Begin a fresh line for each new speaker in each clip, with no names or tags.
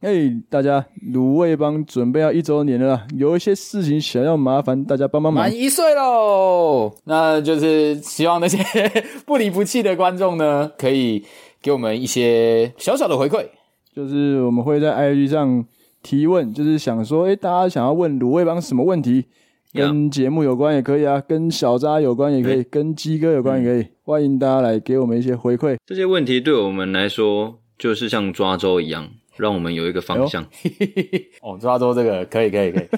嘿、哎大家卤味帮准备要一周年了啊，有一些事情想要麻烦大家帮帮忙
满。一岁喽，那就是希望那些 不离不弃的观众呢，可以给我们一些小小的回馈。
就是我们会在 IG 上提问，就是想说，哎、大家想要问卤味帮什么问题？
Yeah
跟节目有关也可以啊，跟小扎有关也可以，跟鸡哥有关也可
嗯
以。欢迎大家来给我们一些回馈。
这些问题对我们来说，就是像抓周一样，让我们有一个方向。
哦，抓周这个可以，可以，可以。哎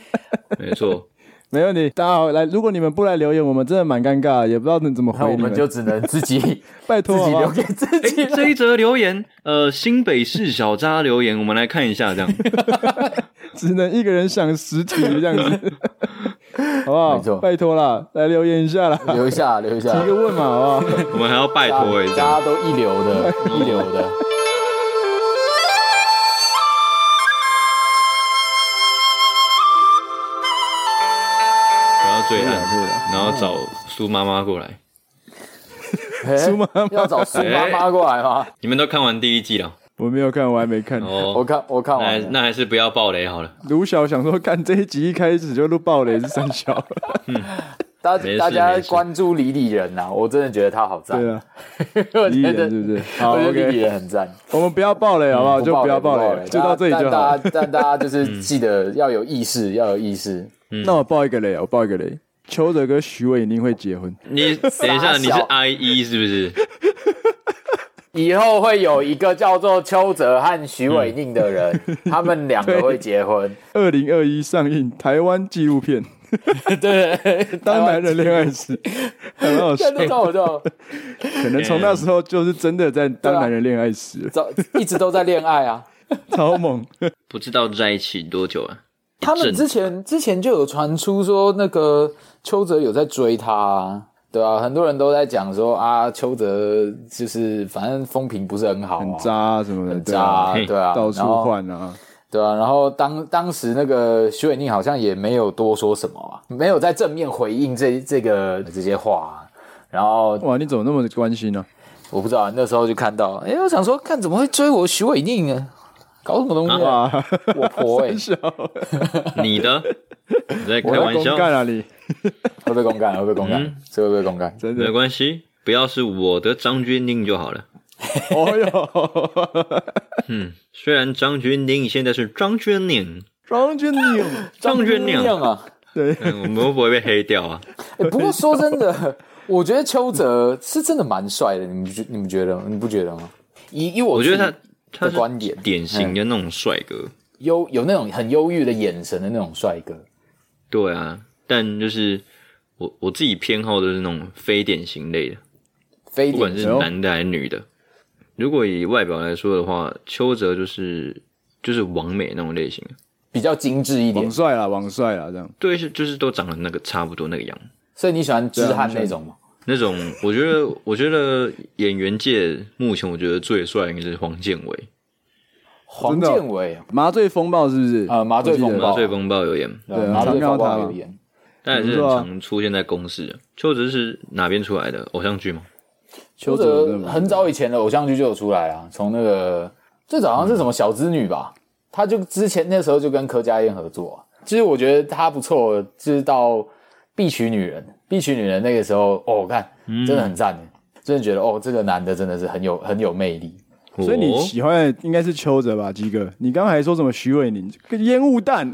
没 错，
没问题，大家好，来，如果你们不来留言，我们真的蛮尴尬的，也不知道能怎么
那
回
我
你
们就只能自己 自
拜托
己
好不
留
好
给自
哎、
己了。
这一则留言，呃，新北市小渣留言，我们来看一下，这样
只能一个人想十题这样子，好不
没错
好？拜托啦，来留言一下啦，
留一下，留一下，
提个问嘛，好不好？
我们还要拜托哎、这
大
样。
家都一流 的，一流的。
然后最
可以了可以
暗，
了
然后找苏妈妈过来。
哎
苏妈哎妈
要找苏妈妈过来吗？
你们都看完第一季了
我没有看，我还没看。
我
哦，
看，我看
那还
哎
完了。
那还是不要爆雷好了。
卢晓想说，看这一集一开始就录爆雷是三小，
大
没事
大家
没事
关注李李人呐，我真的觉得他好赞。
对 啊，
我
李
觉
人
得
对不对？好
我觉得李李
，OK，
人很赞。
我们不要爆雷好不好？啊就不要
嗯爆
爆
雷
雷，就到这里就好
但。大家，但大家就是记得要有意 识，要有意识。
那我爆一个雷，啊我爆一个雷，邱泽跟徐伟一定会结婚。
你等一下，你是
小
I E 是不是？
以后会有一个叫做邱泽和徐伟宁的人，他们两个会结婚。
二零二一上映台湾纪录片《
对，
当男人恋爱时》，很好笑
真。的，我就
可能从那时候就是真的在当男人恋爱时了，
早一直都在恋爱啊。
超 猛。
不知道在一起多久啊？
他们
阵
之前之前就有传出说，那个邱泽有在追他、啊，对啊，很多人都在讲说啊，邱泽就是反正风评不是很好、啊，
很渣啊什么的，
很
对
渣
啊
啊，对啊，
到处
然后
换啊，
对啊，然后当当时那个徐伟宁好像也没有多说什么啊，没有在正面回应这这个这些话啊、然后
哇，你怎么那么关心 呢？
我不知道，啊那时候就看到，哎，我想说，看怎么会追我徐伟宁呢？搞什么东西、啊？
哇，
我婆 哎、
很小，
你 的？你在
我
开
在
玩
公
笑？
干啊你，
会不会公干？会不会公
嗯
干？这会不会公干？
真
没
的，
关系，不要是我的张钧甯就好了。
哦哟，
虽然张钧甯现在是张钧甯，
张钧甯，
张钧甯，
啊！
对，
嗯我们会不会被黑掉 啊？
哎，不过说真的， 我觉得邱泽是真的蛮帅的，你们觉你们觉得你不觉得吗？以以我
我觉得
自己
他他
的观点
是典型的那种帅哥，
忧有那种很忧郁的眼神的那种帅哥，
对啊，但就是我我自己偏好的是那种非典型类的，
非
不管
典哦
是男的还是女的。如果以外表来说的话，邱泽就是就是王美那种类型，
比较精致一点
王，帅啦，王帅啊啦，这样，
对，是就是都长得那个差不多那个样。
所以啊你喜欢知汉那种吗？
那种，我觉得，我觉得演员界目前我觉得最帅应该是黄建伟，
黄建伟啊
麻醉风暴是不是？
呃麻醉
我记得
风暴
麻醉风暴有演，
对
对啊
麻醉风暴
常
有
看到
演，
但也是
不
很
错啊
常出现在公视的。邱泽是哪边出来的？偶像剧吗？
邱
邱
泽
泽
真的
很早以前的偶像剧就有出来啊，从那个最早好像是什么小织女吧，他就之前那时候就跟柯佳燕合作、啊，其实我觉得他不错，就是到《必娶女人》《必娶女人》那个时候，哦，我看真的很赞耶，真的觉得哦，这个男的真的是很有很有魅力，
所以你
哦
喜欢的应该是邱泽吧，鸡哥？你刚才还说什么徐伟宁个烟雾 弹？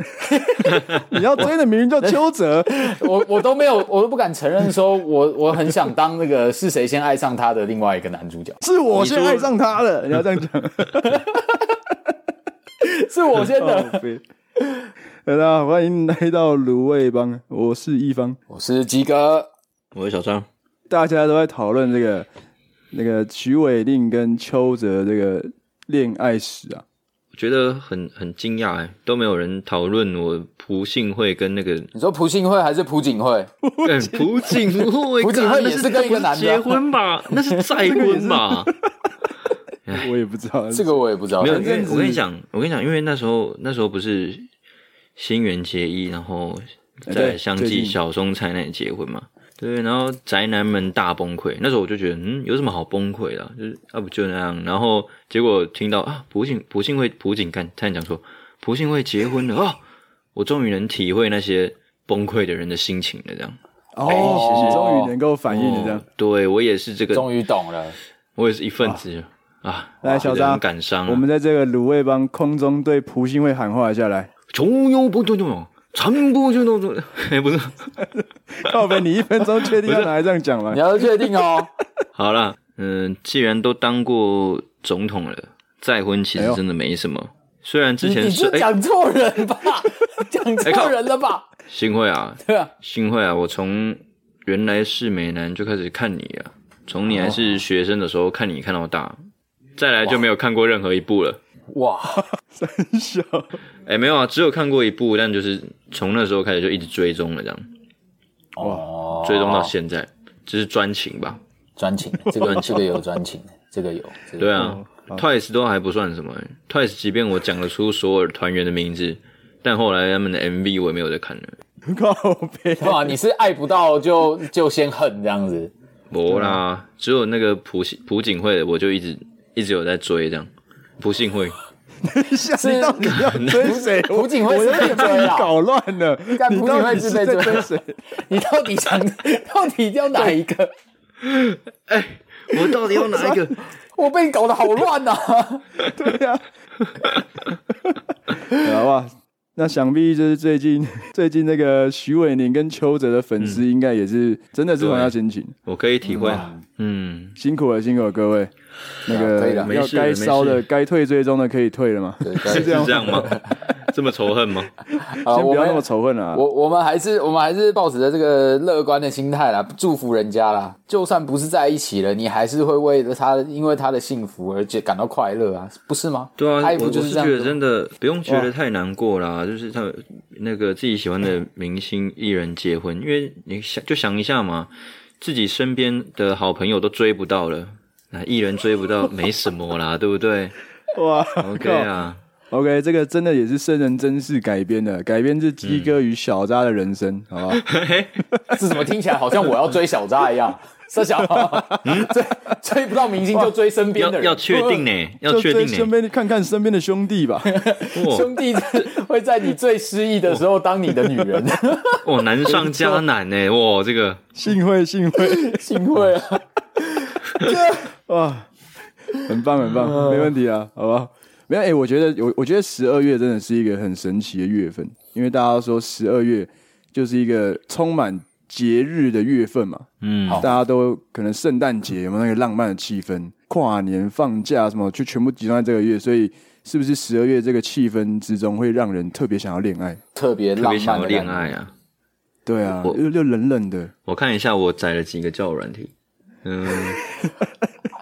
你要追的名叫邱泽，
我我都没有，我都不敢承认说 我我很想当那个是谁先爱上他的另外一个男主角，
是我先爱上他了。你要这样 讲，
是我先 的。
靠北大家好，欢哦迎来到卤味帮，我是一方。
我是鸡哥，
我是小张，
大家都在讨论这个那个徐伟令跟邱泽这个恋爱史啊，
我觉得很很惊讶哎，都没有人讨论我朴信惠跟那个
你说朴信惠还是朴槿惠？
哎朴槿惠，
朴槿惠
干那
也是跟一个男
那不
的啊
是结婚吧？那是再婚吧？
我也不知道
哎这个我也不知
哦
道。
没有，因
反正
为
子
我跟你讲，我跟你讲，因为那时候那时候不是新垣结衣，然后
哎对
在相
最
继
近
小松菜奈结婚嘛。对，然后宅男们大崩溃。那时候我就觉得，嗯，有什么好崩溃的啊、就是啊，不就那样。然后结果听到啊，朴信朴信惠朴槿干，差点讲错，朴信惠结婚了啊、我终于能体会那些崩溃的人的心情了。这样，
哦，终于能够反应了这样
哦。对我也是这个，
终于懂了。
我也是一份子啊。
来小张
很感伤、啊，
我们在这个卤味帮空中对蒲新会喊话一下来，
穷游不对动，残不就动 动，哎，不是，
靠北，你一分钟确定要拿来这样讲吗
你？要确定哦，
好啦，嗯、既然都当过总统了，再婚其实真的没什么。虽然之
你
前
你
是
是
哎，
讲错人吧？ 讲错人了吧？
新会啊，
对啊，
新会啊，我从原来是美男就开始看你啊，从你还是学生的时候看你看到大，再来就没有看过任何一部了。
哇，
笑，
哎，没有啊，只有看过一部，但就是从那时候开始就一直追踪了，这样
哦，
追踪到现在，这是专情吧？
专情，这个这个有专情，这个有，这个有
对啊、t w i c e 都还不算什么、t w i c e 即便我讲得出所有团员的名字，但后来他们的 MV 我也没有在看了。
靠北，
哇，你是爱不到就就先恨这样子，
没啦，只有那个朴信朴槿惠的，我就一直一直有在追这样。朴信惠，
你到底要追谁？
朴槿惠
我
是
有点
被
被
追
你
了，
搞乱了，
干
你
朴槿
到
惠
底
是
是
被
在
追
追
了
谁？
你到底想 到底要哪一个？
我到底要哪一个？
我被你搞得好乱啊呐、
对呀、啊，好吧。那想必就是最近 最近那个徐伟宁跟邱泽的粉丝，应该也是、真的是同样心情，
我可以体会。嗯，
辛苦了，辛苦了各位。那
可以
个
的
没
要
事的
该
没
烧的、
事
该退追踪的可以退了嘛，
对
是这样
嗯是这
吗？
样吗？这么仇恨吗？
啊，
先
我
不要那么
们
仇恨了、啊。
我我们还是我们还是抱持着这个乐观的心态啦，祝福人家啦。就算不是在一起了，你还是会为了他，因为他的幸福而且感到快乐啊，不是吗？
对啊，
爱
我
不就
我是
这样
觉得
子吗？
真的不用觉得太难过啦，就是他们那个自己喜欢的明星艺人结婚，因为你想就想一下嘛，自己身边的好朋友都追不到了，那艺人追不到没什么啦，对不对
哇
？OK 啊，
，OK，这个真的也是圣人真事改编的，改编自鸡哥与小渣的人生，
嗯
好不好？
这怎么听起来好像我要追小扎一 样？是小，追追不到明星就追身边
要
的人，
要确定呢， 要
就
确
追
定欸
身
呢，
边看看身边的兄弟 吧。
兄弟会在你最失意的时候当你的女 人，
哇哇，难哦上加难呢，哇，这个
幸会，幸 会，
幸会啊！
哇，很棒，很棒，
嗯
没问题啊，好不好？没有，哎、我觉得我我觉得十二月真的是一个很神奇的月份，因为大家都说十二月就是一个充满节日的月份嘛，
嗯，
大家都可能圣诞节有没有那个浪漫的气氛，跨年放假什么，就全部集中在这个月，所以是不是十二月这个气氛之中会让人特别想要恋爱？
特别
特
浪
别想
漫的
要恋
感觉
爱啊。
对啊，
我
又又冷冷的，
我看一下我载了几个交友软体，嗯，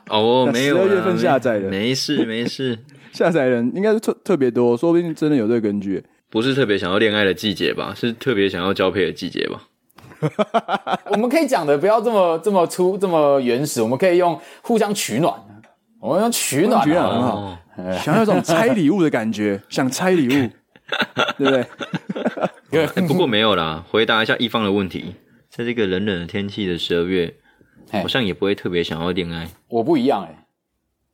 哦，
那
没有啦，
12月份下载的
没事没事，
下载人应该是特特别多，说不定真的有这个根据。
不是特别想要恋爱的季节吧，是特别想要交配的季节吧？
我们可以讲的不要这么这么粗这么原始，我们可以用互相取暖，啊我们用取暖啊、
取暖很好
哦，
想要有种拆礼物的感觉， 想拆礼 物，对不对？
哎不过没有啦。回答一下一方的问题，在这个冷冷的天气的十二月，
嘿
好像也不会特别想要恋爱。
我不一样哎、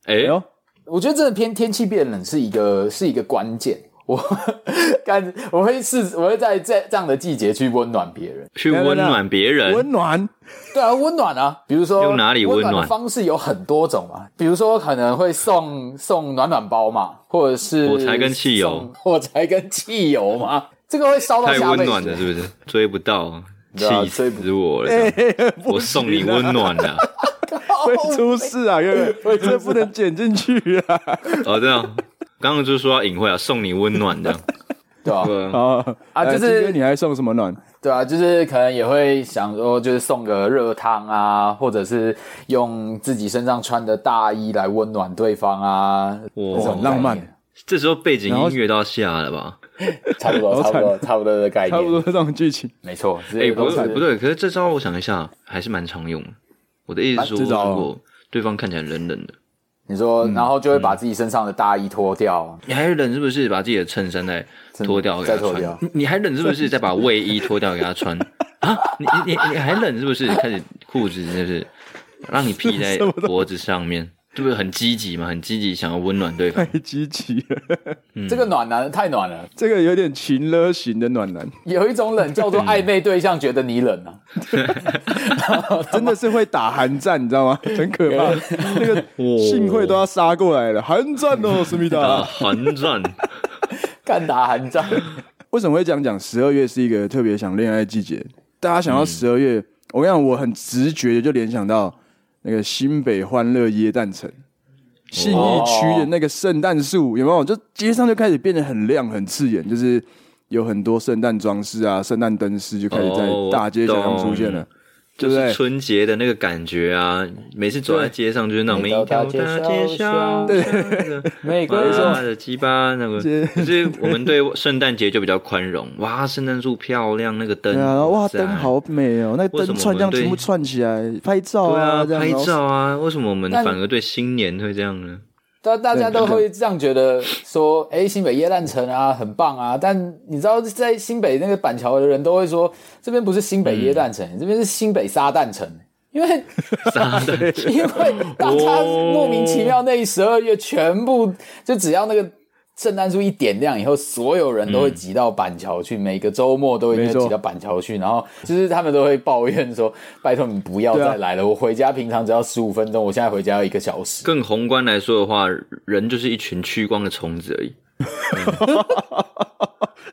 哎、
哎呦，
我觉得真的偏天气变冷是一个是一个关键。我 干，我会是我会在这这样的季节去温暖别人。
去温暖别人，
温暖
对啊，温暖啊，比如说
用哪里温
温
暖
的方式有很多种嘛，比如说可能会送送暖暖包嘛，或者是
火柴跟汽油
送， 火柴跟汽油嘛，这个会烧到
太
下
温
辈
暖
子
了，。是不是？追不到，
对啊
气
追不
死我了！ 我送你温暖哦了，
啊 会出事啊，各位，这不能剪进去 啊！
哦，这样。刚刚就说要隐晦啊，送你温暖这样。
对啊，
对啊哦
好
啊
来
就是
哦哎今天你还送什么暖？
对啊，就是可能也会想说，就是送个热汤啊，或者是用自己身上穿的大衣来温暖对方啊，
哇
这种概念
浪
哎
漫，
这时候背景
然后
音乐都要下了吧？
差不多，
好
差不
惨
多，差不多的概念，
差不多这种剧情，
没错。哎
哎、不对不
对，
对，可是这招
啊
我想一下，还是蛮常用的。我的意思是说，
这招
如果对方看起来冷冷的，
你说，然后就会把自己身上的大衣脱掉，啊
你还忍是不是把自己的衬衫再脱掉给他
再脱
穿
掉？
你你还忍是不是再把卫衣脱掉给他穿？ 啊，你你你你还忍是不是开始裤子是不是让你披在脖子上面？是不是很积极嘛？很积极，想要温暖对方
太。积极了，
嗯
这个暖男太暖了，
这个有点情勒型的暖 男，
有一种冷叫做暧昧对象觉得你冷啊，
真的是会打寒战，你知道吗？很可 怕，那个
哦
幸会都要杀过来了，寒战哦，思密
啊，
达。
寒战，
干打寒战，
为什么会讲讲十二月是一个特别想恋爱的季节？大家
嗯
想到十二月，我跟你讲，我很直觉的就联想到那个新北欢乐椰蛋城。信义区的那个圣诞树有没有？就街上就开始变得很亮、很刺眼，就是有很多圣诞装饰啊、圣诞灯饰就开始在
哦
大街小巷出现了。对
就
不对
是春节的那个感觉啊！每次走在街上，就是那种
每条
每一
大
条
街
大街
小巷
小巷，
玫瑰
妈的鸡巴那个，
街
可是我们对圣诞节就比较宽容。哇，圣诞树漂亮，那个灯，
对啊，哇，
赞
灯好美哦，那
为
个
什
灯
么
串这样
我们对
全部串起来拍照
对啊，
这样
拍
然后
照啊，为什么我们
那你
反而对新年会这样呢？
大大家都会这样觉得说，哎、新北耶诞城啊，很棒啊。但你知道，在新北那个板桥的人都会说，这边不是新北耶诞城，
嗯
这边是新北撒旦城，因为
傻的，
因为大家
哦
莫名其妙那十二月全部就只要那个。圣诞树一点亮以后，所有人都会挤到板桥去，每个周末都会
没错
挤到板桥去，然后就是他们都会抱怨说：“拜托你不要
对啊
再来了，我回家平常只要十五分钟，我现在回家要一个小时。”
更宏观来说的话，人就是一群趋光的虫子而已。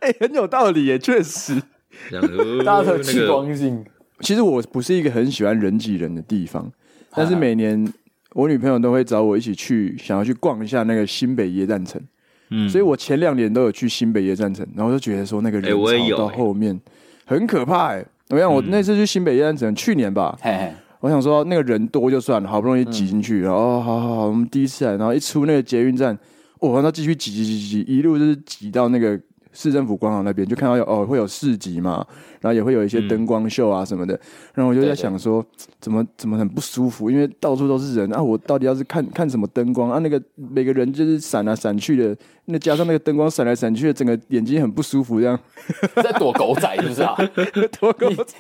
哎、很有道理耶，确实。
这 样子，哦
大家
那
的器
个
光性。
其实我不是一个很喜欢人挤人的地方，
啊
但是每年我女朋友都会找我一起去，想要去逛一下那个新北耶诞城。嗯，所以我前两年都有去新北耶诞城，然后就觉得说那个人
哎我也
潮
有嗯
到
哎
后面、很可怕哎、我想我那次去新北耶诞城，去年吧，
嘿嘿，
我想说那个人多就算了，好不容易挤进去，然后哦好好好，我们第一次来，然后一出那个捷运站，哦，那继续挤挤挤挤，一路就是挤到那个市政府广场那边，就看到有哦会有市集嘛，然后也会有一些灯光秀啊什么的，然后我就在想说怎么怎么很不舒服，因为到处都是人啊，我到底要是看看什么灯光啊，那个每个人就是闪来闪去的，那加上那个灯光闪来闪去的，整个眼睛很不舒服这样。
在躲狗仔是不是啊？
多狗仔。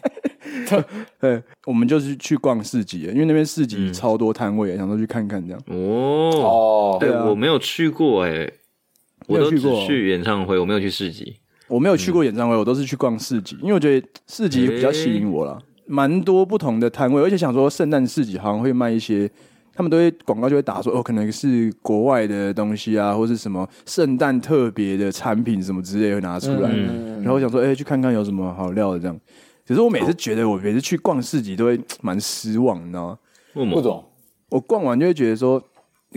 对，我们就是去逛市集，因为那边市集超多摊位，想说去看看这样。
哦，
哦，
对
对啊
我没有去过哎，
没
我
有
都
去
只
过
去演唱会，我没有去市集。
我没有去过演唱会，我都是去逛市集，因为我觉得市集比较吸引我啦，蛮多不同的摊位，而且想说圣诞市集好像会卖一些。他们都会广告就会打说哦，可能是国外的东西啊，或是什么圣诞特别的产品什么之类会拿出来。然后我想说，哎、去看看有什么好料的这样。可是我每次觉得，我每次去逛市集都会蛮失望，你知道吗？
为什
不
么？
懂。
我逛完就会觉得说，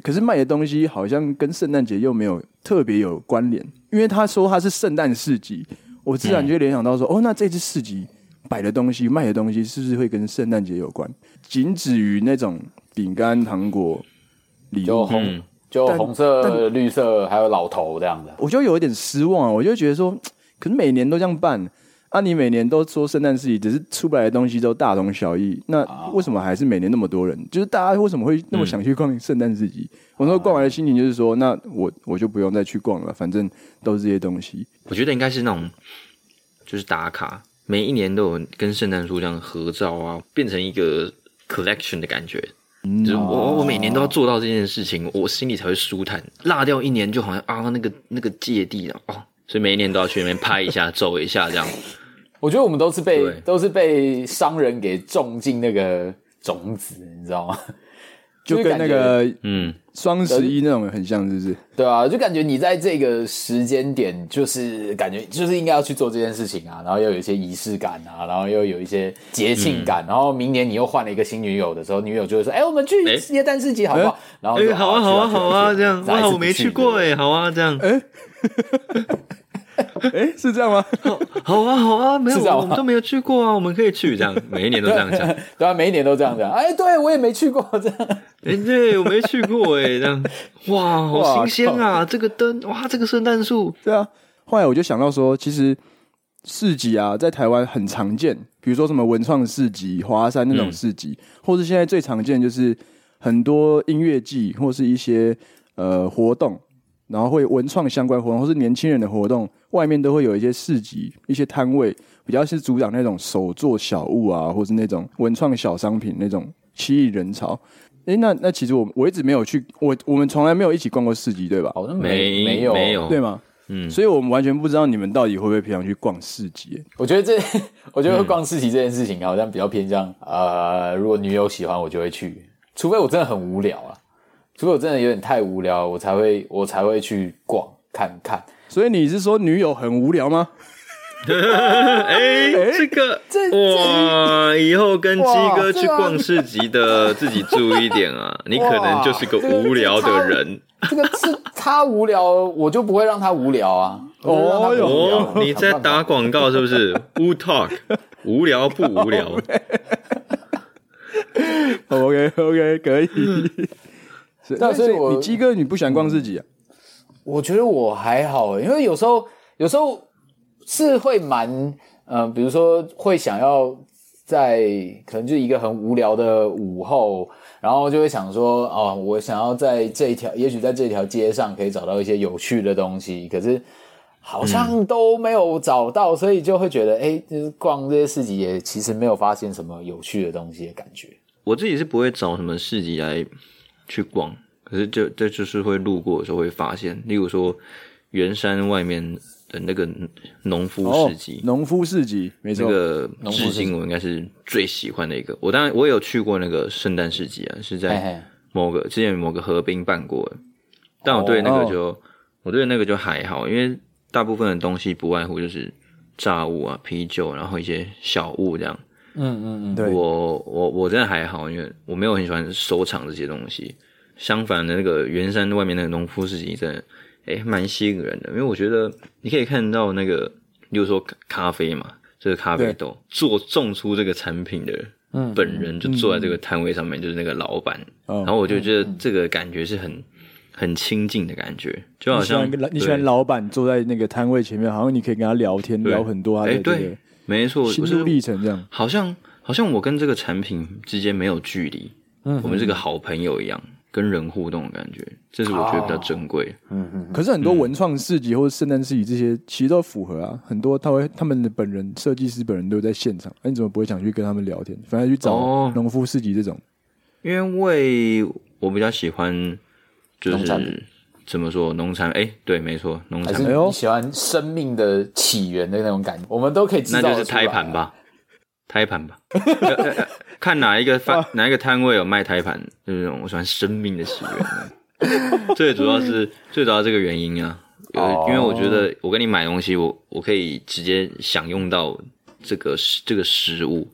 可是卖的东西好像跟圣诞节又没有特别有关联，因为他说他是圣诞市集，我自然就会联想到说，哦，那这次市集摆的东西、卖的东西是不是会跟圣诞节有关？仅止于那种饼干、糖果、礼
就
物，
红、
嗯
就红色、绿色，还有老头这样的。
我就有一点失望啊，我就觉得说，可是每年都这样办。啊，你每年都说圣诞市集，只是出来的东西都大同小异，那
啊
为什么还是每年那么多人？就是大家为什么会那么想去逛圣诞市集？我那时候逛完的心情就是
啊
说，那我我就不用再去逛了，反正都是这些东西。
我觉得应该是那种，就是打卡，每一年都有跟圣诞树这样合照啊，变成一个 collection 的感觉。就是我我我每年都要做到这件事情，我心里才会舒坦。落掉一年就好像啊那个那个芥蒂了哦，所以每一年都要去那边拍一下、走一下这样。
我觉得我们都是被
对
都是被商人给种进那个种子，你知道吗？
就跟那
就是感
个
嗯，
双十一那种很像，是不 是？
对啊，就感觉你在这个时间点，就是感觉就是应该要去做这件事情啊，然后又有一些仪式感啊，然后又有一些节庆感，
嗯
然后明年你又换了一个新女友的时候，女友就会说：“哎、我们去
哎
耶诞市集好不好？”然后
哎、
就
好啊，好啊，
去去
好啊，
去
这样
哪一次
哇，我
不
没
去
去过
对
哎、好啊，这样，
哎、是这样吗？
好啊，好啊，没有，
是这样吗
我们都没有去过啊，我们可以去这样，每一年都这样讲。 哎、
对啊，每一年都这样讲。哎，对我也没去过这样。
对，我没去过哎、这样，哇，好
哇
新鲜啊，这个灯，哇，这个圣诞树，
对啊。后来我就想到说，其实市集啊，在台湾很常见，比如说什么文创市集、华山那种市集，或是现在最常见就是很多音乐季或是一些呃活动，然后会文创相关活动或是年轻人的活动，外面都会有一些市集、一些摊位，比较是主打那种手作小物啊，或是那种文创小商品那种吸引人潮。诶，那那其实我我一直没有去，我我们从来没有一起逛过市集，对吧？
好像
没
没有
没有
对吗？
嗯，
所以我们完全不知道你们到底会不会平常去逛市集。
我觉得这， 我觉得逛市集这件事情啊好像比较偏向，呃，如果女友喜欢我就会去，除非我真的很无聊啊，除非我真的有点太无聊，我才会我才会去逛看看。
所以你是说女友很无聊吗？
哎，这个哇，以后跟鸡哥去逛市集的，自己注意一点啊，你可能就是个无聊的人
这个是他无聊，我就不会让他无聊啊。我就让他不无聊
哦。你在打广告是不是？Wu Talk，无聊不无聊？
o k OK，可以。
嗯
是
对啊
那
所以我
你鸡哥你不喜欢逛市集啊？
我觉得我还好，欸因为有时候有时候是会蛮呃，比如说会想要在可能就一个很无聊的午后，然后就会想说哦，我想要在这一条，也许在这条街上可以找到一些有趣的东西，可是
嗯
好像都没有找到，所以就会觉得哎、就是逛这些市集也其实没有发现什么有趣的东西的感觉。
我自己是不会找什么市集来去逛，可是就这就是会路过的时候会发现，例如说圆山外面的那个农夫嗯市集，
哦农夫市集，没
这
错。
个
哦农夫市
至
集
今我应该是最喜欢的一个。我当然我有去过那个圣诞市集啊，是
嘿
在
嘿，
某个之前某个河滨办过的，但我
哦
对那个就、我对那个就还好，因为大部分的东西不外乎就是炸物啊、啤酒，然后一些小物这样。
嗯嗯嗯，
对
我我我真的还好，因为我没有很喜欢收藏这些东西。相反的，那个圆山外面那个农夫市集真的，哎、蛮吸引人的。因为我觉得你可以看到那个，例如说咖咖啡嘛，这个咖啡豆做种出这个产品的
嗯
本人就坐在这个摊位上面，就是那个老板。
嗯哦
然后我就觉得这个感觉是很很亲近的感觉，就好
你喜欢
像
跟老你
对
喜欢老板坐在那个摊位前面，好像你可以跟他聊天，
对
聊很多啊他
哎、
的这
对，没错，
个
我
心
是
路历程这样。
好像好像我跟这个产品之间没有距离，
嗯
我们是个好朋友一样，跟人互动的感觉，这是我觉得比较珍贵。
哦
嗯
可是很多文创市集或者圣诞市集这些，其实都符合啊。很多他会他们的本人设计师本人都在现场，哎那你怎么不会想去跟他们聊天，反而去找
哦
农夫市集这种？
因为我比较喜欢，就
农产品
是怎么说农产，哎、对，没错，农
还
产
是
品，
你喜欢生命的起源的那种感觉，我们都可以制
那
造、啊
就是胎盘。吧，胎盘吧。呃 呃看哪一个饭哪一个摊位有卖胎盘，就是那种我喜欢生命的起源。 最主要是最主要这个原因啊，
哦
呃，因为我觉得我跟你买东西，我我可以直接享用到这个食这个食物，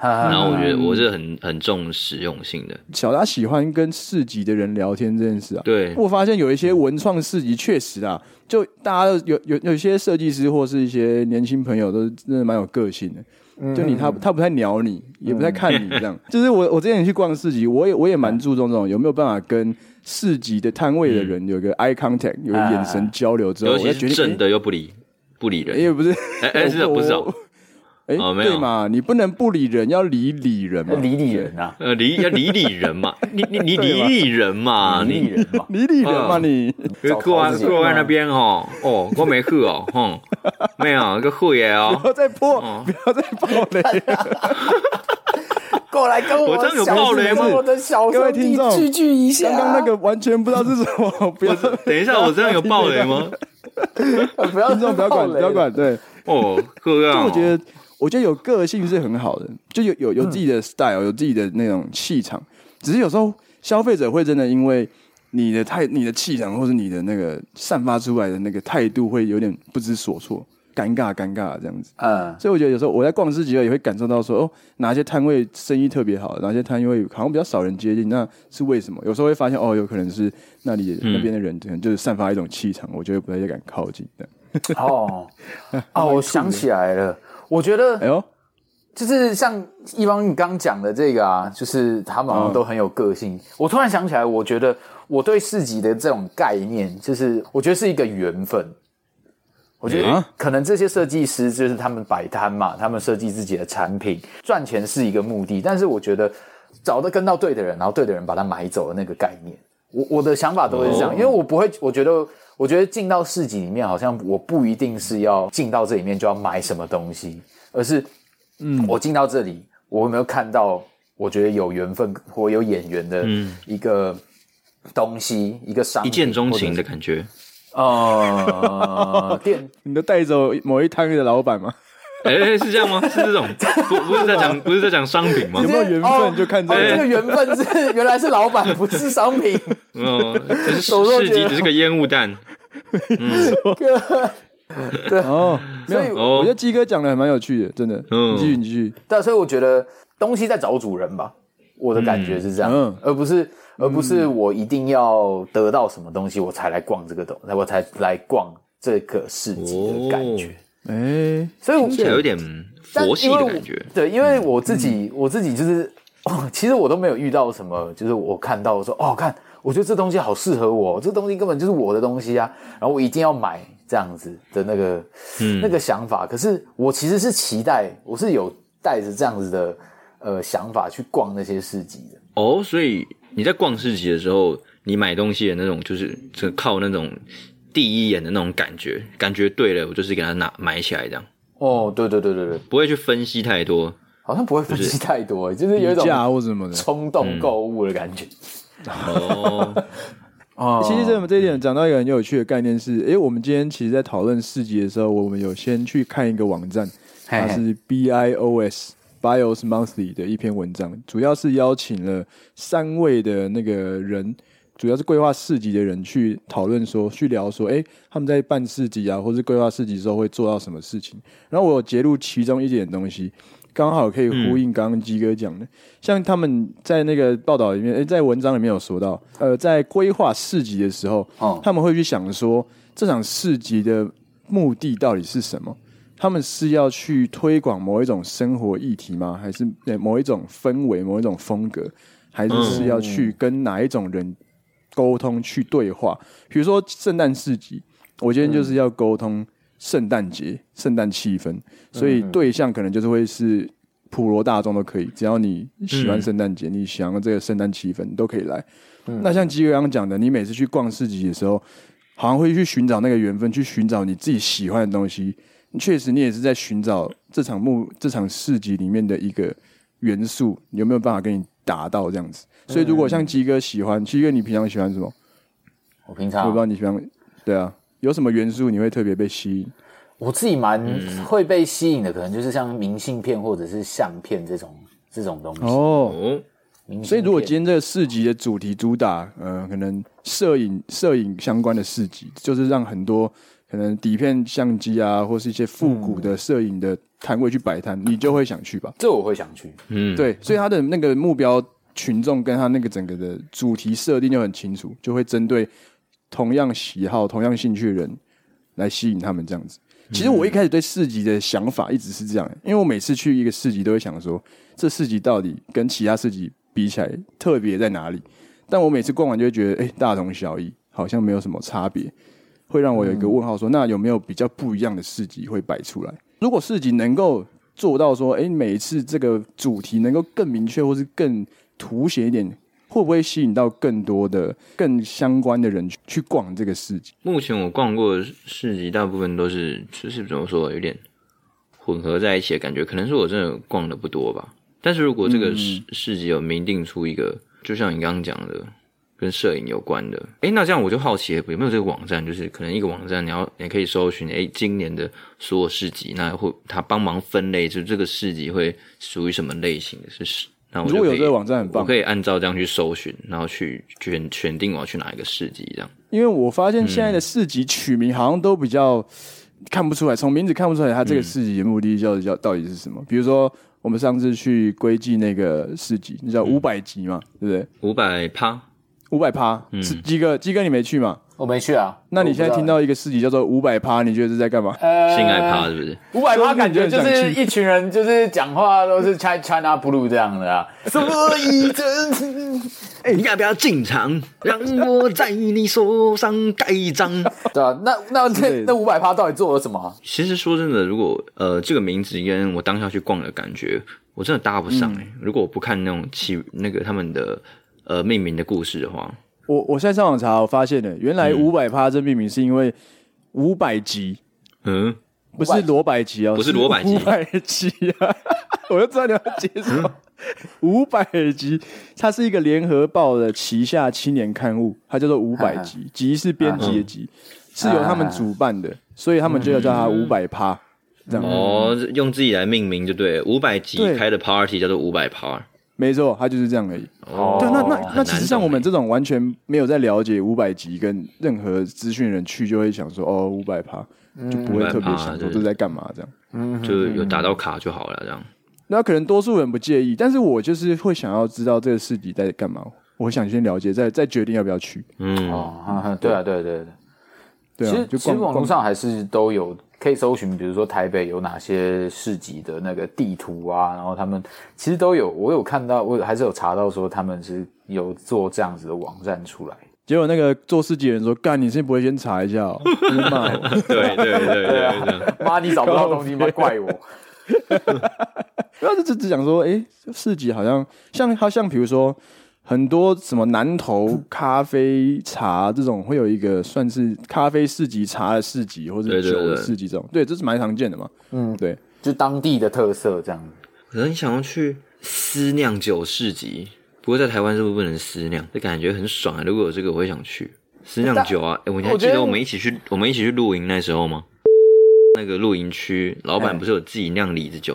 然
然后我觉得我是很很重实用性的。
小达喜欢跟市集的人聊天这件事啊。
对，
我发现有一些文创市集确实啊，就大家都有有有一些设计师或是一些年轻朋友都是真的蛮有个性的。
嗯
就你他他不太鸟你，也不太看你这样。就是我我之前去逛市集，我也我也
嗯
蛮注重这种有没有办法跟市集的摊位的
嗯
人有一个 eye contact，有一
啊
个眼神交流之后，
尤
我
其
才决
是
定
正的又不理不理
诶也
人，
不是
哎哎，是啊不是啊？
哎
哦没有
对嘛，你不能不理人，要理理人嘛，，
理理人啊，
呃，理要理理人嘛，你你你理理人 嘛，
理
你
理人嘛
啊 理理人嘛
嗯
你。
因为过安过安那边哦，哦，我没去哦， 哼、没有，个去的
不
哦，
要再破，
哦
不要再爆雷了。
过来跟
我这样有暴雷吗
我的小
各位
兄
听
弟
众
聚聚 一下。
刚刚那个完全不知道是什么， 不要
我这等一下，我这样有暴雷吗？
个不要
听众不要管，
暴
不
雷
要管。对，
哦，各位、
就
哦，
我觉得，我觉得有个性是很好的，就有有有自己的 style，有自己的那种气场。只是有时候消费者会真的因为你的态、你的气场，或者你的那个散发出来的那个态度，会有点不知所措，尴尬尴尬这样子。
嗯，
所以我觉得有时候我在逛市集的时候也会感受到说，哦，哪些摊位生意特别好，哪些摊位好像比较少人接近，那是为什么？有时候会发现，哦，有可能是那里、
嗯
那边的人可能就是散发一种气场，我就会不太敢靠近的。
哦，啊，我想起来了，我觉得
哎呦，
就是像一方你刚讲的这个啊，就是他们好像都很有个性。我突然想起来，我觉得我对市集的这种概念，就是我觉得是一个缘分。我
哎
觉得
啊
可能这些设计师就是他们摆摊嘛，他们设计自己的产品，赚钱是一个目的。但是我觉得找到跟到对的人，然后对的人把他买走的那个概念。我我的想法都是
哦
这样，因为我不会，我觉得，我觉得进到市集里面，好像我不一定是要进到这里面就要买什么东西，而是，嗯，我进到这里，我有没有看到我觉得有缘分或有眼缘的一个东西，一个商
嗯一
品
见钟情
或者
的感觉。
呃店
你都带走某一摊位的老板吗？
哎、是这样吗？是这种，不不是在讲不是在讲商品吗
有？没有缘
哦
分就看这
哦，这
个
个缘分是 原来是老板，不是商 品。
嗯，只是
手肉
市
觉
集
得
只是个烟雾弹。
哦。没
所以
有，
哦
我觉得鸡哥讲的还蛮有趣的，真的。
嗯
你继续，你继续。
但啊所以我觉得东西在找主人吧，我的感觉是这样，
嗯
而不是而不是我一定要得到什么东西我才来逛这个东，我才来逛这个市集的感觉。
哎，
所以我
听起来有点
但
佛系
因为
的
我
感觉。嗯
对，因为我自己、我自己就是， 哦，其实我都没有遇到什么，就是我看到我说哦，看，我觉得这东西好适合我，这东西根本就是我的东西啊，然后我一定要买这样子的那个、
嗯
那个想法。可是我其实是期待，我是有带着这样子的呃想法去逛那些市集的。
哦，所以你在逛市集的时候，你买东西的那种，就是这靠那种第一眼的那种感觉，感觉对了，我就是给它拿买起来，这样
哦，对对对对对，
不会去分析太多。
好像不会分析太多，就是有
比
一种
啊价或什么的。
冲动购物的感觉。
哦，
哦
其实这这一点讲到一个很有趣的概念是，诶，我们今天其实，在讨论市集的时候，我们有先去看一个网站，
嘿嘿
它是 BIOS BIOS Monthly 的一篇文章，主要是邀请了三位的那个人，主要是规划市集的人去讨论说，去聊说，诶，他们在办市集啊，或是规划市集的时候会做到什么事情。然后我有截录其中一点东西，刚好可以呼
嗯
应刚刚鸡哥讲的，像他们在那个报道里面，诶，在文章里面有说到，呃，在规划市集的时候，
哦
他们会去想说这场市集的目的到底是什么？他们是要去推广某一种生活议题吗？还是呃某一种氛围、某一种风格？还是是要去跟哪一种人沟通、去对话？比如说圣诞市集，我今天就是要沟通圣诞节、圣诞气氛，所以对象可能就是会是普罗大众都可以，只要你喜欢圣诞节，你想要这个圣诞气氛，你都可以来。那像基哥刚刚讲的，你每次去逛市集的时候，好像会去寻找那个缘分，去寻找你自己喜欢的东西。确实，你也是在寻找这场幕、这场市集里面的一个元素，有没有办法跟你达到这样子？所以，如果像基哥喜欢，基哥你平常喜欢什么？
我平
我
常
不知道你喜欢，对啊，有什么元素你会特别被吸引？
我自己蛮
嗯
会被吸引的，可能就是像明信片或者是相片这种这种东西。
哦，
哦，
明信片
所以如果今天这个市集的主题主打，呃，可能摄影、摄影相关的市集，就是让很多可能底片相机啊，或是一些复古的摄影的摊位去摆摊，你就会想去吧？
这我会想去，
嗯，
对，所以他的那个目标群众跟他那个整个的主题设定就很清楚，就会针对同样喜好、同样兴趣的人来吸引他们这样子。其实我一开始对市集的想法一直是这样，因为我每次去一个市集都会想说，这市集到底跟其他市集比起来特别在哪里？但我每次逛完就会觉得，哎、大同小异，好像没有什么差别，会让我有一个问号说那有没有比较不一样的市集会摆出来？如果市集能够做到说，哎、每一次这个主题能够更明确，或是更凸显一点，会不会吸引到更多的、更相关的人去去逛这个市集？
目前我逛过的市集，大部分都是就是怎么说，有点混合在一起的感觉。可能是我真的逛的不多吧。但是如果
嗯
这个市市集有明定出一个，就像你刚刚讲的，跟摄影有关的，诶，那这样我就好奇了，有没有这个网站？就是可能一个网站，你要你可以搜寻，诶，今年的所有市集，那会他帮忙分类，就这个市集会属于什么类型的是？那我就
如果有
可以
这个网站很棒
我可以按照这样去搜寻，然后去选选定我要去哪一个市集这样。
因为我发现现在的市集取名好像都比较看不出来，从名字看不出来它这个市集的目的叫叫到底是什么。比如说，我们上次去归记那个市集，
嗯
那叫五百集嘛，对不对？
五百趴，嗯
哦五百趴，是鸡哥，鸡哥你没去嘛？
我没去啊。
那你现在听
我
到一个市集叫做五百趴，你觉得是在干嘛？
不知道
性爱趴是不是？
五百趴，啊感觉就
说不定就很想
是
去
一群人，就是讲话都是 China China Blue 这样的啊。什么一针？
哎你要不要进 场？让我在你手上盖章。
对啊，那那
类
那
的
那五百趴到底做了什么啊？
其实说真的，如果呃这个名字跟我当下去逛的感觉，我真的搭不上哎、如果我不看那种起那个他们的呃命名的故事的话，
我我现在上网查，我发现了，原来五百趴这命名是因为五百集，
嗯，
不是罗百吉哦，
不是罗百吉
五百集 啊！我就知道你要接什
嗯
么。五百集，它是一个联合报的旗下青年刊物，它叫做五百集，集是
啊
编辑的
嗯
集，是由他们主办的，所以他们就要叫它五百趴。这样，
嗯哦，用自己来命名就对了。五百集
对
开的 party 叫做五百 par。
没错，它就是这样而已。
哦
对，那那
很
那
难
其实像我们
懂欸
这种完全没有在了解五百集跟任何资讯的人去，就会想说哦，五百趴
嗯
就不会特别想
500%
说
对
这在干嘛这样。
欸就有打到卡就好了，这样。
那可能多数人不介意，但是我就是会想要知道这个市集在干嘛，我想先了解，再再决定要不要去。
嗯，
哦，哈哈对啊，对对对。
对
其
啊
实，
就
其实
逛
网络
逛。
上还是都有可以搜寻，比如说台北有哪些市集的那个地图啊，然后他们其实都有，我有看到，我有还是有查到说他们是有做这样子的网站 出来。
结果那个做市集的人说：“干，你是不会先查一下 哦？”你骂我。
嗯对对对对对这样
妈，你找不到东西吗？怪我。
不要就只只讲说，诶，这市集好像像它像比如说很多什么南投咖啡茶这种，会有一个算是咖啡市集、茶的市集或者
对对
酒的
对
市集这种，对，这是蛮常见的嘛。嗯，对，
就当地的特色这样子。
可能想要去私酿酒市集，不过在台湾是不是不能私酿？这感觉很爽啊！如果有这个，我会想去私酿酒啊！哎、我你还
我觉
记
得
得我们一起去我们一起去露营那时候吗？那个露营区老板不是有自己酿李子酒，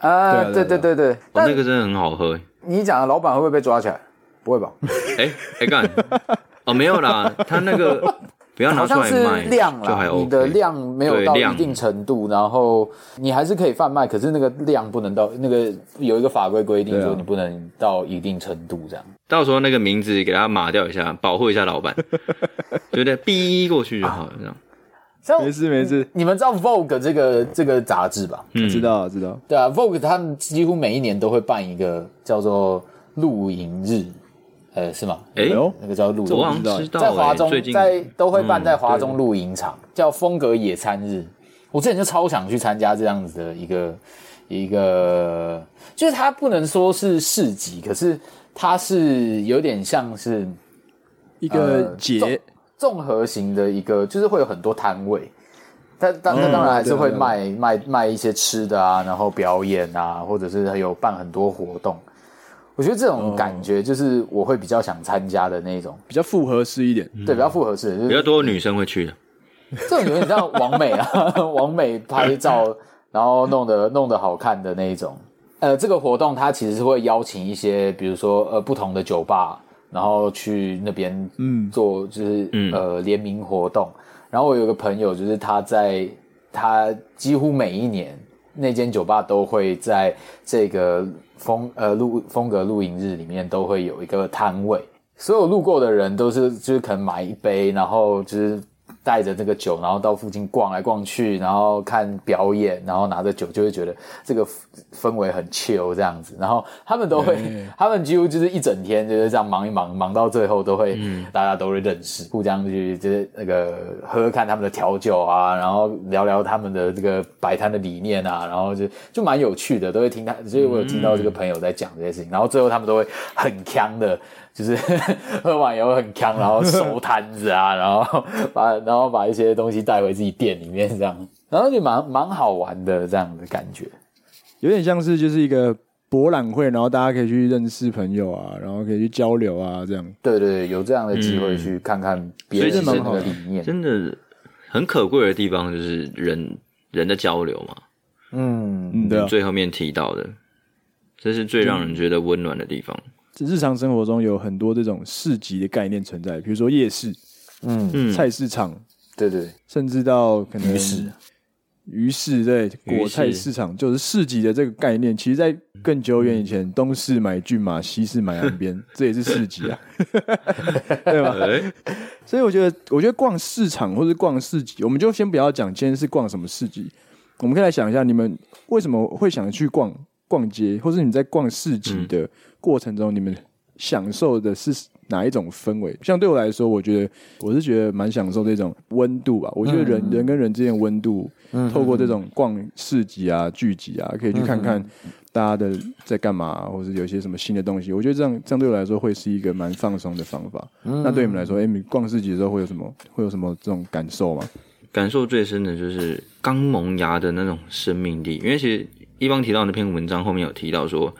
对
啊
啊，
对
对
对
啊
对对。
哦，
但
那个真的很好喝、欸。
你讲的老板会不会被抓起来？不会吧？
哎哎干，哦没有啦，他那 个不要拿
好
出
像
来
是
卖，
量
就还
啦，
OK。
你的量没有
对
到
量
一定程度，然后你还是可以贩卖，可是那个量不能到那个有一个法规规定
对啊
说你不能到一定程度这样。
到时候那个名字给他码掉一下，保护一 下老板，就得逼过去就好了。这样，
像
没事没事，
你们知道 Vogue 这个这个杂志吧？
嗯
我知道知道。
对啊，Vogue 他们几乎每一年都会办一个叫做露营日，呃，是吗？
哎、
哎呦，
那个叫露
我好
营
像
日，
知道、欸，
在华中
最近
在都会办在华
嗯
中露营场，叫风格野餐日。我之前就超想去参加这样子的一个一个，就是它不能说是市集，可是它是有点像是
一个
呃
节
综，综合型的一个，就是会有很多摊位。但
嗯
当那当然还是
对
会
对
卖、卖卖一些吃的啊，然后表演啊，或者是还有办很多活动。我觉得这
哦
种感觉就是我会比较想参加的那种，
比较复合式一点。
嗯
对，比较复合式的，就是
比较多女生会去的。
这种有点像王美啊， 王美拍照，然后弄得弄得好看的那一种。呃，这个活动它其实是会邀请一些，比如说呃不同的酒吧，然后去那边嗯做就是、
嗯
呃联名活动。然后我有个朋友，就是他在他几乎每一年那间酒吧都会在这个风呃露风格露营日里面都会有一个摊位，所有路过的人都是就是可能买一杯，然后就是带着这个酒，然后到附近逛来逛去，然后看表演，然后拿着酒就会觉得这个氛氛围很 chill 这样子。然后他们都会，他们几乎就是一整天就是这样忙一忙，忙到最后都会，大家都会认识，互相去就是那个喝喝看他们的调酒啊，然后聊聊他们的这个摆摊的理念啊，然后就就蛮有趣的，都会听他，所以我有听到这个朋友在讲这些事情，然后最后他们都会很呛的。就是 喝完以后很呛，然后收摊子啊， 然后把然后把一些东西带回自己店里面这样，然后就蛮蛮好玩的这样的感觉。
有点像是就是一个博览会，然后大家可以去认识朋友啊，然后可以去交流啊，这样。
对对对，有这样的机会去看看别人的
嗯所以
那
这
个理念。
真的很可贵的地方就是人人的交流嘛，
嗯，
嗯，对啊，
最后面提到的，这是最让人觉得温暖的地方。
日常生活中有很多这种市集的概念存在，比如说夜市、
嗯，
嗯，
菜市场，
对对，
甚至到可能
鱼市
鱼市对
鱼
果
市
菜市场，就是市集的这个概念，其实，在更久远以前，东市买骏马，西市买岸边，这也是市集啊，对吧？
哎，
所以我觉得，我觉得逛市场或是逛市集，我们就先不要讲今天是逛什么市集，我们可以来想一下，你们为什么会想去逛逛街，或是你们在逛市集的过程中，你们享受的是哪一种氛围？像对我来说，我觉得我是觉得蛮享受这种温度啊吧。我觉得人、人跟人之间的温度，透过这种逛市集啊、聚集啊，可以去看看大家的在干嘛、或者有一些什么新的东西。我觉得这样这样对我来说会是一个蛮放松的方法。那对你们来说，哎、你逛市集的时候会有什么会有什么这种感受吗？
感受最深的就是刚萌芽的那种生命力，因为其实一方提到那篇文章后面有提到说，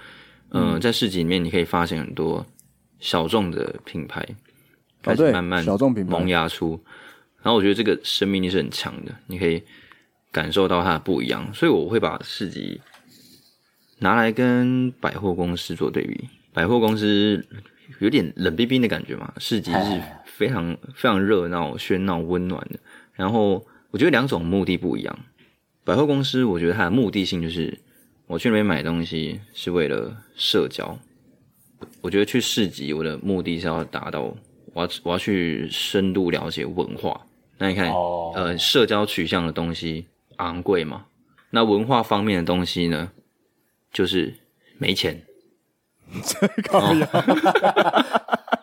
嗯、在市集里面你可以发现很多小众的品牌开始
哦对
慢慢
小众品牌
萌芽出，然后我觉得这个生命力是很强的，你可以感受到它的不一样，所以我会把市集拿来跟百货公司做对比，百货公司有点冷冰冰的感觉嘛，市集是非常非常热闹、喧闹、温暖的。然后我觉得两种目的不一样。百货公司，我觉得它的目的性就是我去那边买东西是为了社交。我觉得去市集，我的目的是要达到我要我要去深度了解文化。那你看，
哦
呃，社交取向的东西昂贵嘛，那文化方面的东西呢，就是没钱。
啊，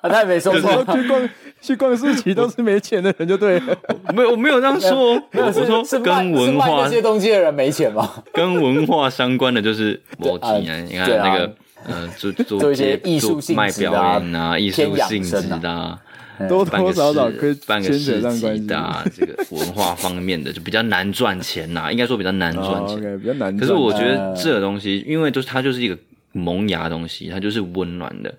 他也没说 错，
哦去逛去逛市集都是没钱的人，就对了。
没有，我 没有这样说哦，我
是
我
是
说
卖
跟
是
文
卖
化
那些东西的人没钱吗？
跟文化相关的 就是某
啊
几年，你看
对啊
那个呃，做 做
做一些
街
艺术
做
性
卖
质的
表
啊
演啊，艺
偏
术
养
性质
生啊
的啊，
多
办个
多少少
市
可以
办个
牵扯
市
上关
集
系
的啊，这个文化方面的就比较难赚钱呐，应该说比较难赚
哦
钱。
，OK，比较难赚。哦
可是我觉得这个东西，因为就是它就是一个萌芽的东西，它就是温暖的。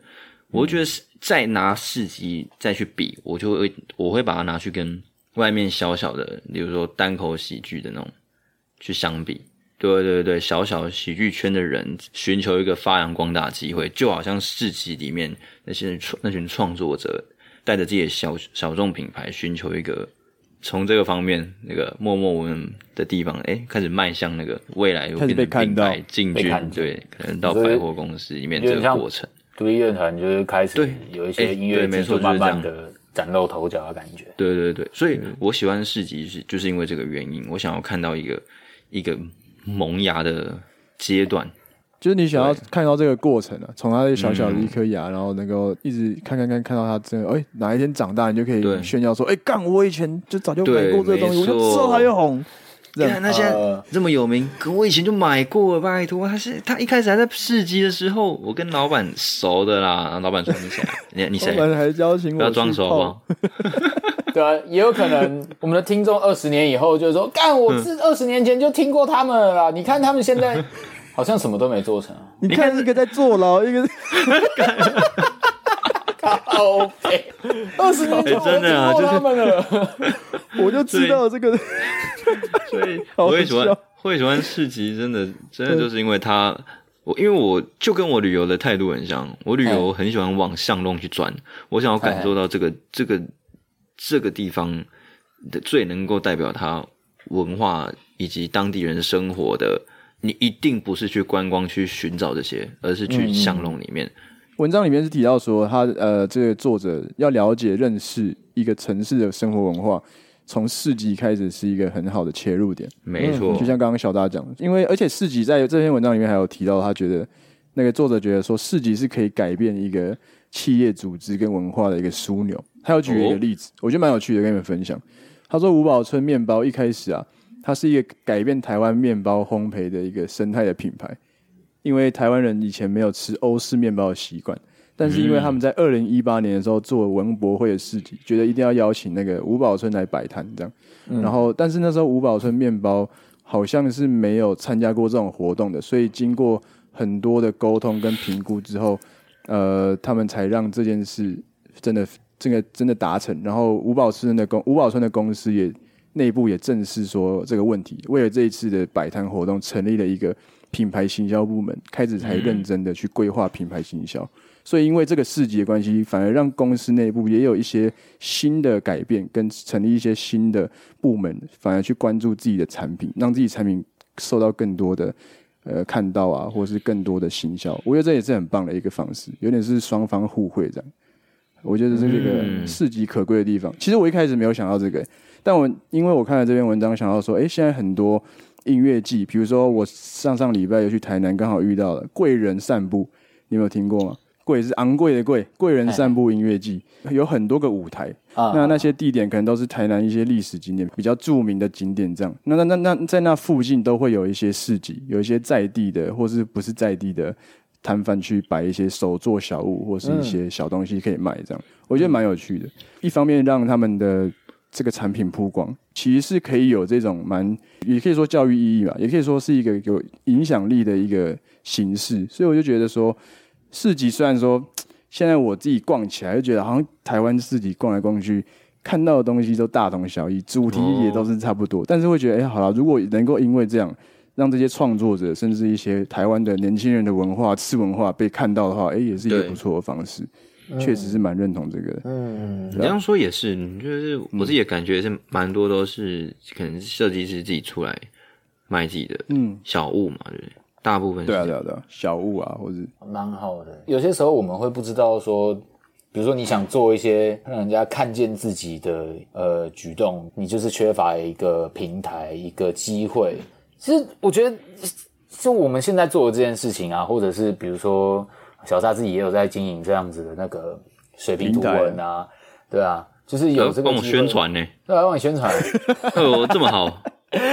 我觉得是再拿市集再去比，我就会我会把它拿去跟外面小小的，比如说单口喜剧的那种去相比。对对对，小小喜剧圈的人寻求一个发扬光大的机会，就好像市集里面那些人创那群创作者带着自己的小小众品牌，寻求一个从这个方面那个默默无闻的地方，哎，开始迈向那个未来
开始被
变成
看
品
到
牌进
被看
军，
见
对，可能到
所以
百货公司里面
有
这
点
个
像
过程。
独立乐团就是开始
对
有一
哎
些音乐
对
制
没
作
错
慢慢
就
的崭露头角的感觉。
对对对，所以我喜欢市集是就是因为这个原因，我想要看到一个一个萌芽的阶段。
就是你想要看到这个过程啊，从它的小小的一颗芽，然后能够一直看看看看到它真的，哎，哪一天长大，你就可以
对
炫耀说，哎，干，我以前就早就买
对
过这个东西，我
没错
就知道它要红。这
你
样
看他现在
呃
这么有名，可我以前就买过了，拜托。他是他一开始还在市集的时候，我跟老板熟的啦，然后老板说你谁啊？你你谁
我？们还邀请我
不要装
去
熟好哦
泡
不好？
对啊，也有可能我们的听众二十年以后就是说，干，
嗯
我自二十年前就听过他们了啦。你看他们现 在好像什么都没做成啊，
你看一个在坐牢，一个
靠北，啊二十年前我就
哎真的
听
啊
过他们了。
我就知道这个，
所以
好
我也喜欢
笑，
会喜欢市集，真的真的就是因为它，我因为我就跟我旅游的态度很像，我旅游
哎
很喜欢往巷弄去转，我想要感受到这个这个这个地方的最能够代表它文化以及当地人生活的。你一定不是去观光去寻找这些，而是
嗯
去巷弄里面。
文章里面是提到说，他呃，这个作者要了解认识一个城市的生活文化，从市集开始是一个很好的切入点。
没错，
嗯就像刚刚小大讲的，因为而且市集在这篇文章里面还有提到，他觉得那个作者觉得说市集是可以改变一个企业组织跟文化的一个枢纽。他有举
哦
了一个例子，我觉得蛮有趣的，跟你们分享。他说五宝村面包一开始啊，它是一个改变台湾面包烘焙的一个生态的品牌，因为台湾人以前没有吃欧式面包的习惯。但是因为他
嗯
们在二零一八年的时候做文博会的市集，觉得一定要邀请那个五宝村来摆摊这样，然后但是那时候五宝村面包好像是没有参加过这种活动的，所以经过很多的沟通跟评估之后，呃，他们才让这件事真的这个真的达成。然后五宝村的公五宝村的公司也内部也正式说这个问题，为了这一次的摆摊活动，成立了一个品牌行销部门开始才认真的去规划品牌行销。所以因为这个市集的关系，反而让公司内部也有一些新的改变，跟成立一些新的部门，反而去关注自己的产品，让自己产品受到更多的呃看到啊，或是更多的行销。我觉得这也是很棒的一个方式，有点是双方互惠这样。我觉得这是一个市集可贵的地方。其实我一开始没有想到这个、但我因为我看了这篇文章，想到说，哎、现在很多音乐季，比如说我上上礼拜有去台南，刚好遇到了贵人散步，你有没有听过吗？贵是昂贵的贵，贵人散步音乐季有很多个舞台，
啊
那那些地点可能都是台南一些历史景点比较著名的景点，这样。那那那那在那附近都会有一些市集，有一些在地的或是不是在地的摊贩去摆一些手作小物或是一些小东西可以卖，这样、我觉得蛮有趣的。一方面让他们的这个产品曝光，其实是可以有这种蛮，也可以说教育意义吧，也可以说是一个有影响力的一个形式。所以我就觉得说，市集虽然说现在我自己逛起来就觉得，好像台湾市集逛来逛去。看到的东西都大同小异，主题也都是差不多，但是会觉得，哎、好了，如果能够因为这样，让这些创作者，甚至一些台湾的年轻人的文化、次文化被看到的话，哎、也是一个
对
不错的方式。确实是蛮认同这个的。
嗯，
你这样说也是，你就是我自己的感觉是蛮多都是可能是设计师自己出来卖自己的
嗯，
小物嘛，对不对？大部分是
对啊，对啊，对啊，小物啊，或者
蛮好的。有些时候我们会不知道说，比如说你想做一些让人家看见自己的呃举动，你就是缺乏一个平台、一个机会。其实我觉得，就我们现在做的这件事情啊，或者是比如说小沙自己也有在经营这样子的那个水平图文啊，对啊，就是有
呃
这个
帮我
机会
宣，传呢、
对啊，帮你宣传。
哦，这么好，
啊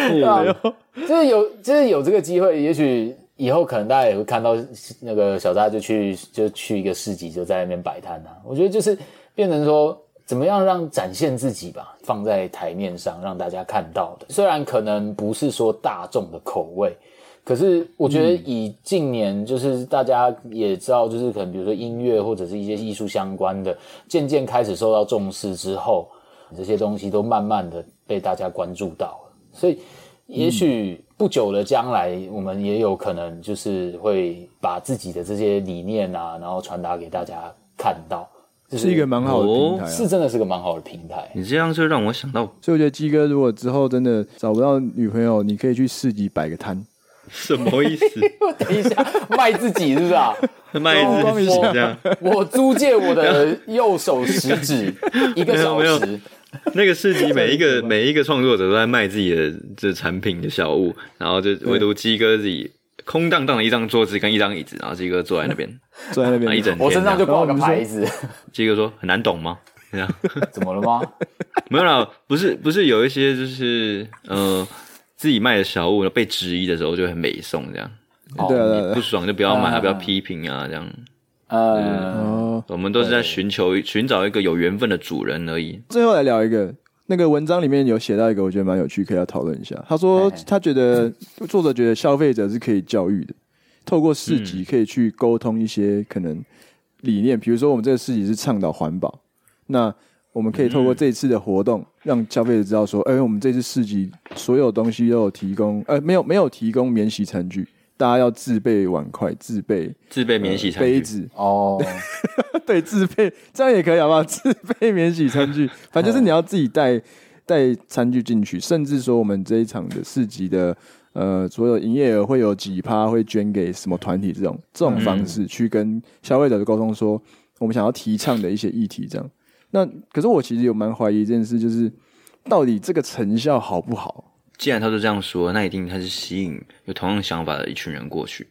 就是有，就是有这个机会，也许以后可能大家也会看到那个小扎就去就去一个市集，就在那边摆摊啊。我觉得就是变成说，怎么样让展现自己吧，放在台面上让大家看到的。虽然可能不是说大众的口味，可是我觉得以近年就是大家也知道，就是可能比如说音乐或者是一些艺术相关的，渐渐开始受到重视之后，这些东西都慢慢的被大家关注到了。所以，也许不久的将来，我们也有可能就是会把自己的这些理念啊，然后传达给大家看到，就是
是一个蛮好的平台、啊。
哦是真的是个蛮好的平台。
你这样就让我想到
所以我觉得鸡哥如果之后真的找不到女朋友，你可以去市集摆个摊，
什么意思？
等一下，卖自己是不是啊？
卖自己这 样，
我租借我的右手食 指一个小
没有没
时，
那个市集每一个每一个创作者都在卖自己的这产品的小物，然后就唯独鸡哥自己空荡荡的一张桌子跟一张椅子，然后鸡哥坐在那边，
坐在那
啊那一
边
整
我身上就
天这样
挂个牌子，
鸡哥说很难懂吗？这样
怎么了吗？
没有啦，不是不是有一些就是呃自己卖的小物被质疑的时候就很美送这样，
哦
对啊，对啊
你
对
不
啊。
爽就不要买
啊
啊，不要批评啊这样。
呃，
哦，
我们都是在寻求寻找一个有缘分的主人而已。
最后来聊一个，那个文章里面有写到一个，我觉得蛮有趣，可以要讨论一下。他说
嘿嘿
他觉 得作者觉得消费者是可以教育的，透过市集可以去沟通一些可能理念，比如说我们这个市集是倡导环保，那我们可以透过这次的活动，让消费者知道说，哎、我们这次市集所有东西都有提供，呃，没有没有提供免洗餐具，大家要自备碗筷、自备呃
自备免洗餐
杯
具，
子，
哦，
对，自备这样也可以，好不好？ 自备免洗餐具，反正就是你要自己带带餐具进去，甚至说我们这一场的市集的呃，所有营业额会有几趴会捐给什么团体，这种这种方
嗯
式去跟消费者沟通说，我们想要提倡的一些议题，这样。那可是我其实有蛮怀疑一件事，就是到底这个成效好不好？
既然他都这样说，那一定他是吸引有同样想法的一群人过去。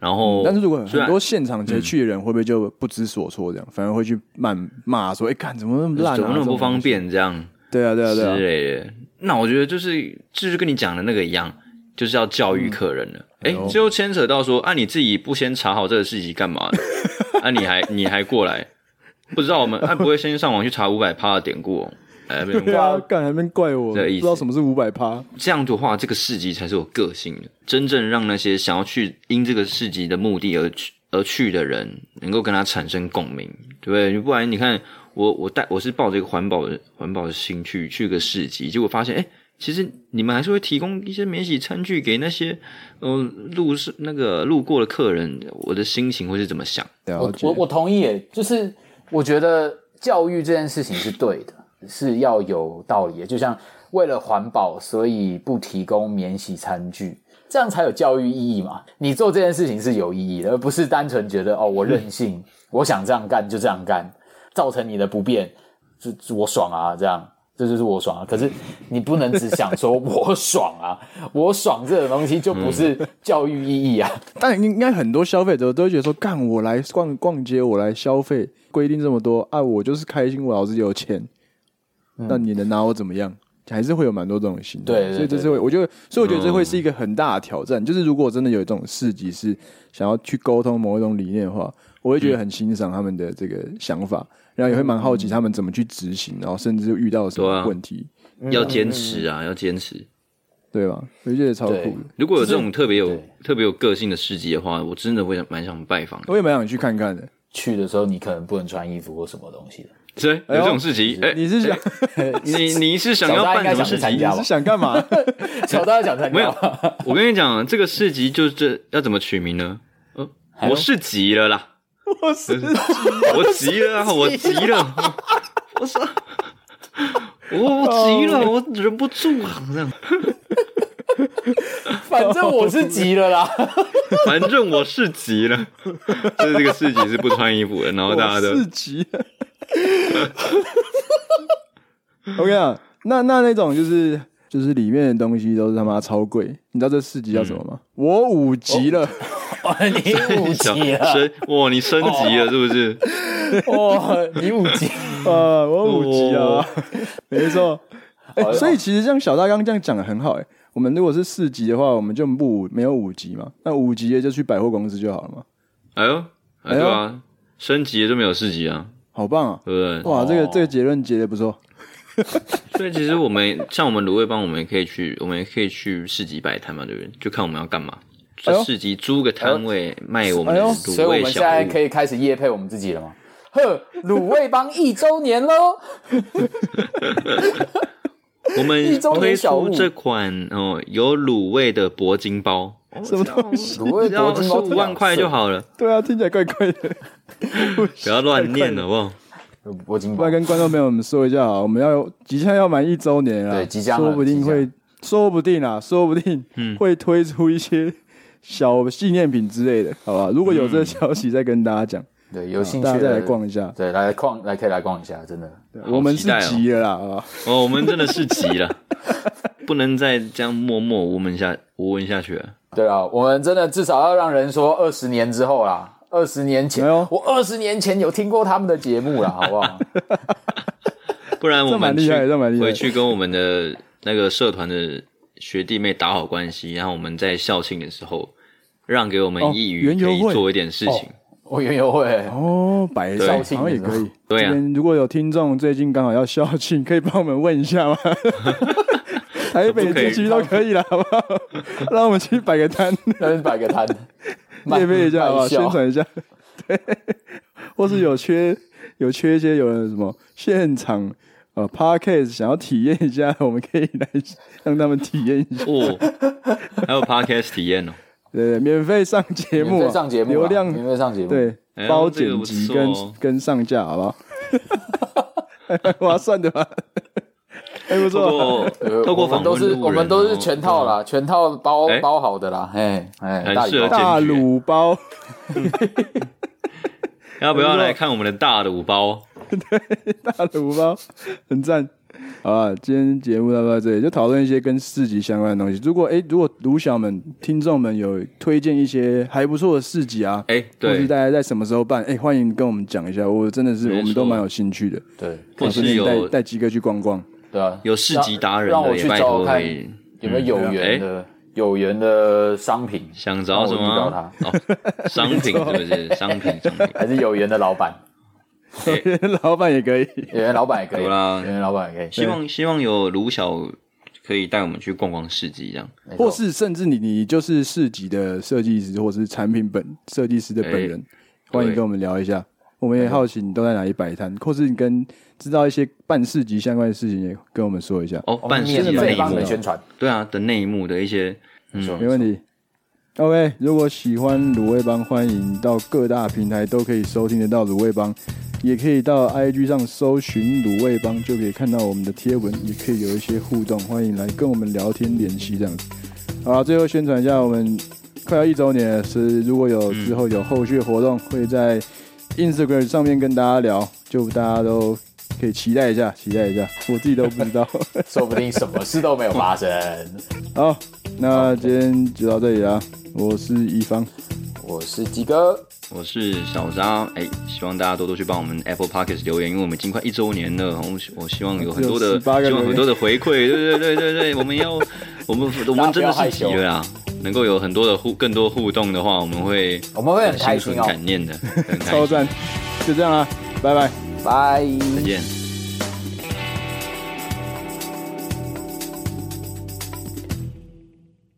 然
嗯
后，
但是如果
哦虽
很
然嗯
多现场直接去的人，会不会就不知所措这样，反而会去骂骂说：“哎、干怎么那么烂、啊？
怎么那么不
这种东
方
西？”
便这样
对啊，对啊，
之
对啊。
类的，那我觉得就是就是跟你讲的那个一样，就是要教育客人了。
嗯
哎、最后牵扯到说啊，你自己不先查好这个事情干嘛呢？ 啊，你还你还过来，不知道我们他、不会先上网去查五百趴的典故、哦？哎，没有
对啊，干还没怪我，不
这意思
知道什么是五百趴。
这样的话，这个市集才是有个性的，真正让那些想要去因这个市集的目的而去而去的人，能够跟他产生共鸣，对不对？不然你看，我我带我是抱着一个环保的环保的心去去个市集，结果发现，哎，其实你们还是会提供一些免洗餐具给那些呃路是那个路过的客人，我的心情会是怎么想？
了
我
解
我我同意耶，就是我觉得教育这件事情是对的，是要有道理的。就像为了环保，所以不提供免洗餐具，这样才有教育意义嘛。你做这件事情是有意义的，而不是单纯觉得哦，我 任性，我想这样干就这样干，造成你的不便，就就我爽啊，这样。这就是我爽啊！可是你不能只想说我爽啊，我爽这种东西就不是教育意义啊。
但应该很多消费者都会觉得说，干我来逛逛街，我来消费，规定这么多啊，我就是开心，我老子有钱，那你能拿我怎么样？还是会有蛮多这种心态，
对嗯对对嗯
所以这是会，我觉得，所以我觉得这会是一个很大的挑战。就是如果真的有这种市集是想要去沟通某一种理念的话，我会觉
嗯
得很欣赏他们的这个想法，然后也会蛮好奇他们怎么去执行，然后甚至遇到什
对
么
啊
问题，
要坚持
嗯
啊，要坚持。
对吧？我觉得超酷
对
的，
如果有这种特别有
对
特别有个性的市集的话，我真的会想蛮想拜访的。
我也蛮想去看看的。
去的时候你可能不能穿衣服或什么东西的。
是有这种市集？哎、
你是想
你你是想
小
要
扎应
办
该
什
想
么
去
市
参
集？
加
你
吧
是？想干 嘛？
小大家想参
没
加
有
吧？
我跟你讲，这个市集就是这要怎么取名呢？呃，
有
我市集了啦，
我是
我急了啊，我急了，我操！我我
哦
急了，我忍不住了，这样。
反正我是急了啦。
反正我是急了，就是这个市集是不穿衣服的，然后
啊
大家都
我四级。 我跟你讲，啊那那那种就是就是里面的东西都是他妈超贵，你知道这四级叫什么吗？
嗯
我五级了，
你五级了，哦
升哇，你升级了是不是？
哇，你五级，
呃， 我五级啊，没错。哎、
哦好
所以其实像小大刚这样讲的很好、哎，我们如果是四级的话，我们就不五没有五级嘛，那五级的就去百货公司就好了嘛，
哎呦，哎
哎呦
对啊，升级了就没有市集啊，
好棒啊！
对不对？
哇，这
哦
个这个结论结的不错，
所以其实我们像我们卤味帮，我们也可以去，我们也可以去市集摆摊嘛，对不对？就看我们要干嘛。
哎呦
在市集租个
哎
摊位卖我们
哎
的
呦
卤
所以我
味
们现
小
在
物
可以开始夜配我们自己了吗？呵，卤味帮一周年喽！
我 们
一周
推
年小
出
物
这款哦有卤味的铂金包，
哦
什么东西？
卤味
只要
铂金
十
包
五万块就，好了，
对啊，听起来怪怪的。
不要乱念好不好？
铂金
不
包
然。跟观众朋友们说一下啊，我们要即将要满一周年了，
对即将了
说不定会，说不定啊，说不定会推出一些小纪念品之类的，好吧？如果有这个消息，再跟大家讲，
对，有兴趣
大家
的
再来，逛一下。
对，来逛，来可以来逛一下，真的。
我们是
好期待哦
急了啦，好吧？
哦，我们真的是急了， 不能再这样默默无闻下无闻下去了。
对啊，我们真的至少要让人说二十年之后啦，二十年前
哎呦，
我二十年前有听过他们的节目啦，好不好？
不然我
这蛮
们
厉
去
害这蛮厉害
回去跟我们的那个社团的学弟妹打好关系，然后我们在校庆的时候让给我
哦
们一语
园游
可以
会
做一点事情。
我园游会，
哦，百少
对
好像也可以。
对啊
这边如果有听众最近刚好要校庆，可以帮我们问一下吗？台北地区都可以了，好不好？让我们去摆个摊。
那边摆个摊，卖
夜配一下好不好？
卖笑
宣传一下， 对，或是有缺有缺一些有人什么现场呃 podcast 想要体验一下， 我们可以来让他们体验一下，
哦，还有 podcast 体验哦，
对对，免费上节目啊、
免费上节目啊，
流量
免费上节目，，
对
哎呦
包
这个
剪
不
辑
错
跟、
哦
跟上架，好不 好？还蛮划算的 吧？还不
透
错啊、
过
呃
透过
我们
访问
都是
路人
我们都是
哦
全套啦，全套包
哎啊
包好的啦，哎哎，
很
大礼
适合
包
剪
大
辑
卤包，
要不要来看我们的大的五包？
大卤包，很赞。好啊，今天节目到到这里，就讨论一些跟市集相关的东西。如果哎、如果卢小们、听众们有推荐一些还不错的市集啊，
哎，
或是
对
大，家在什么时候办，哎、欢迎跟我们讲一下。我真的是
没错
我们都蛮有兴趣的，
对
或
顺
是
便带
有
带鸡哥去逛逛。
对啊，
有市集达人
让让我
的，也
去
拜
找
托
看
可以
有没有有缘的有缘的商品，
想啊找什么
让我遇
啊
到？
哦，商 品是不是？商品，商品。
还是有缘的老 板，
老板也可以，
有缘老板也可以，
有啦
有缘老板也可以
希，望希望有卢小可以带我们去逛逛市集，这样。
没错
或是甚至你你就是市集的设计师，或是产品本设计师的本人，欢迎跟我们聊一下。我们也好奇你都在哪里摆摊，或是你跟知道一些办市集相关的事情，也跟我们说一下。
哦，办事
免
的
免
内
费帮你
幕
们，宣传，
对啊的内幕的一些，
没
没问题。OK，如果喜欢卤味帮，欢迎到各大平台都可以收听得到卤味帮，也可以到 IG 上搜寻卤味帮，就可以看到我们的贴文，也可以有一些互动，欢迎来跟我们聊天联系这样子。好啦，最后宣传一下，我们快要一周年了，是如果有之后有后续活动，会在 Instagram 上面跟大家聊，就大家都可以期待一下，期待一下，我自己都不知道。
说不定什么事都没有发 生。
好，那今天就到这里啦，我是一方。
我是鸡哥，
我是小张，哎，希望大家多多去帮我们 Apple Podcast 留言，因为我们已经快一周年了，我我希望有很多
只有
的，
18个
希
留
望
言
很多的回馈，对对对对对，我们要，我们
大
我
家
们
不
真
要
的
害
是
羞
急了啦，能够有很多的互更多互动的话，我们会
我们会很开心
心存
哦。
感念的，很开
超
心，
啊赞，就这样啦，拜拜。
拜。
再见。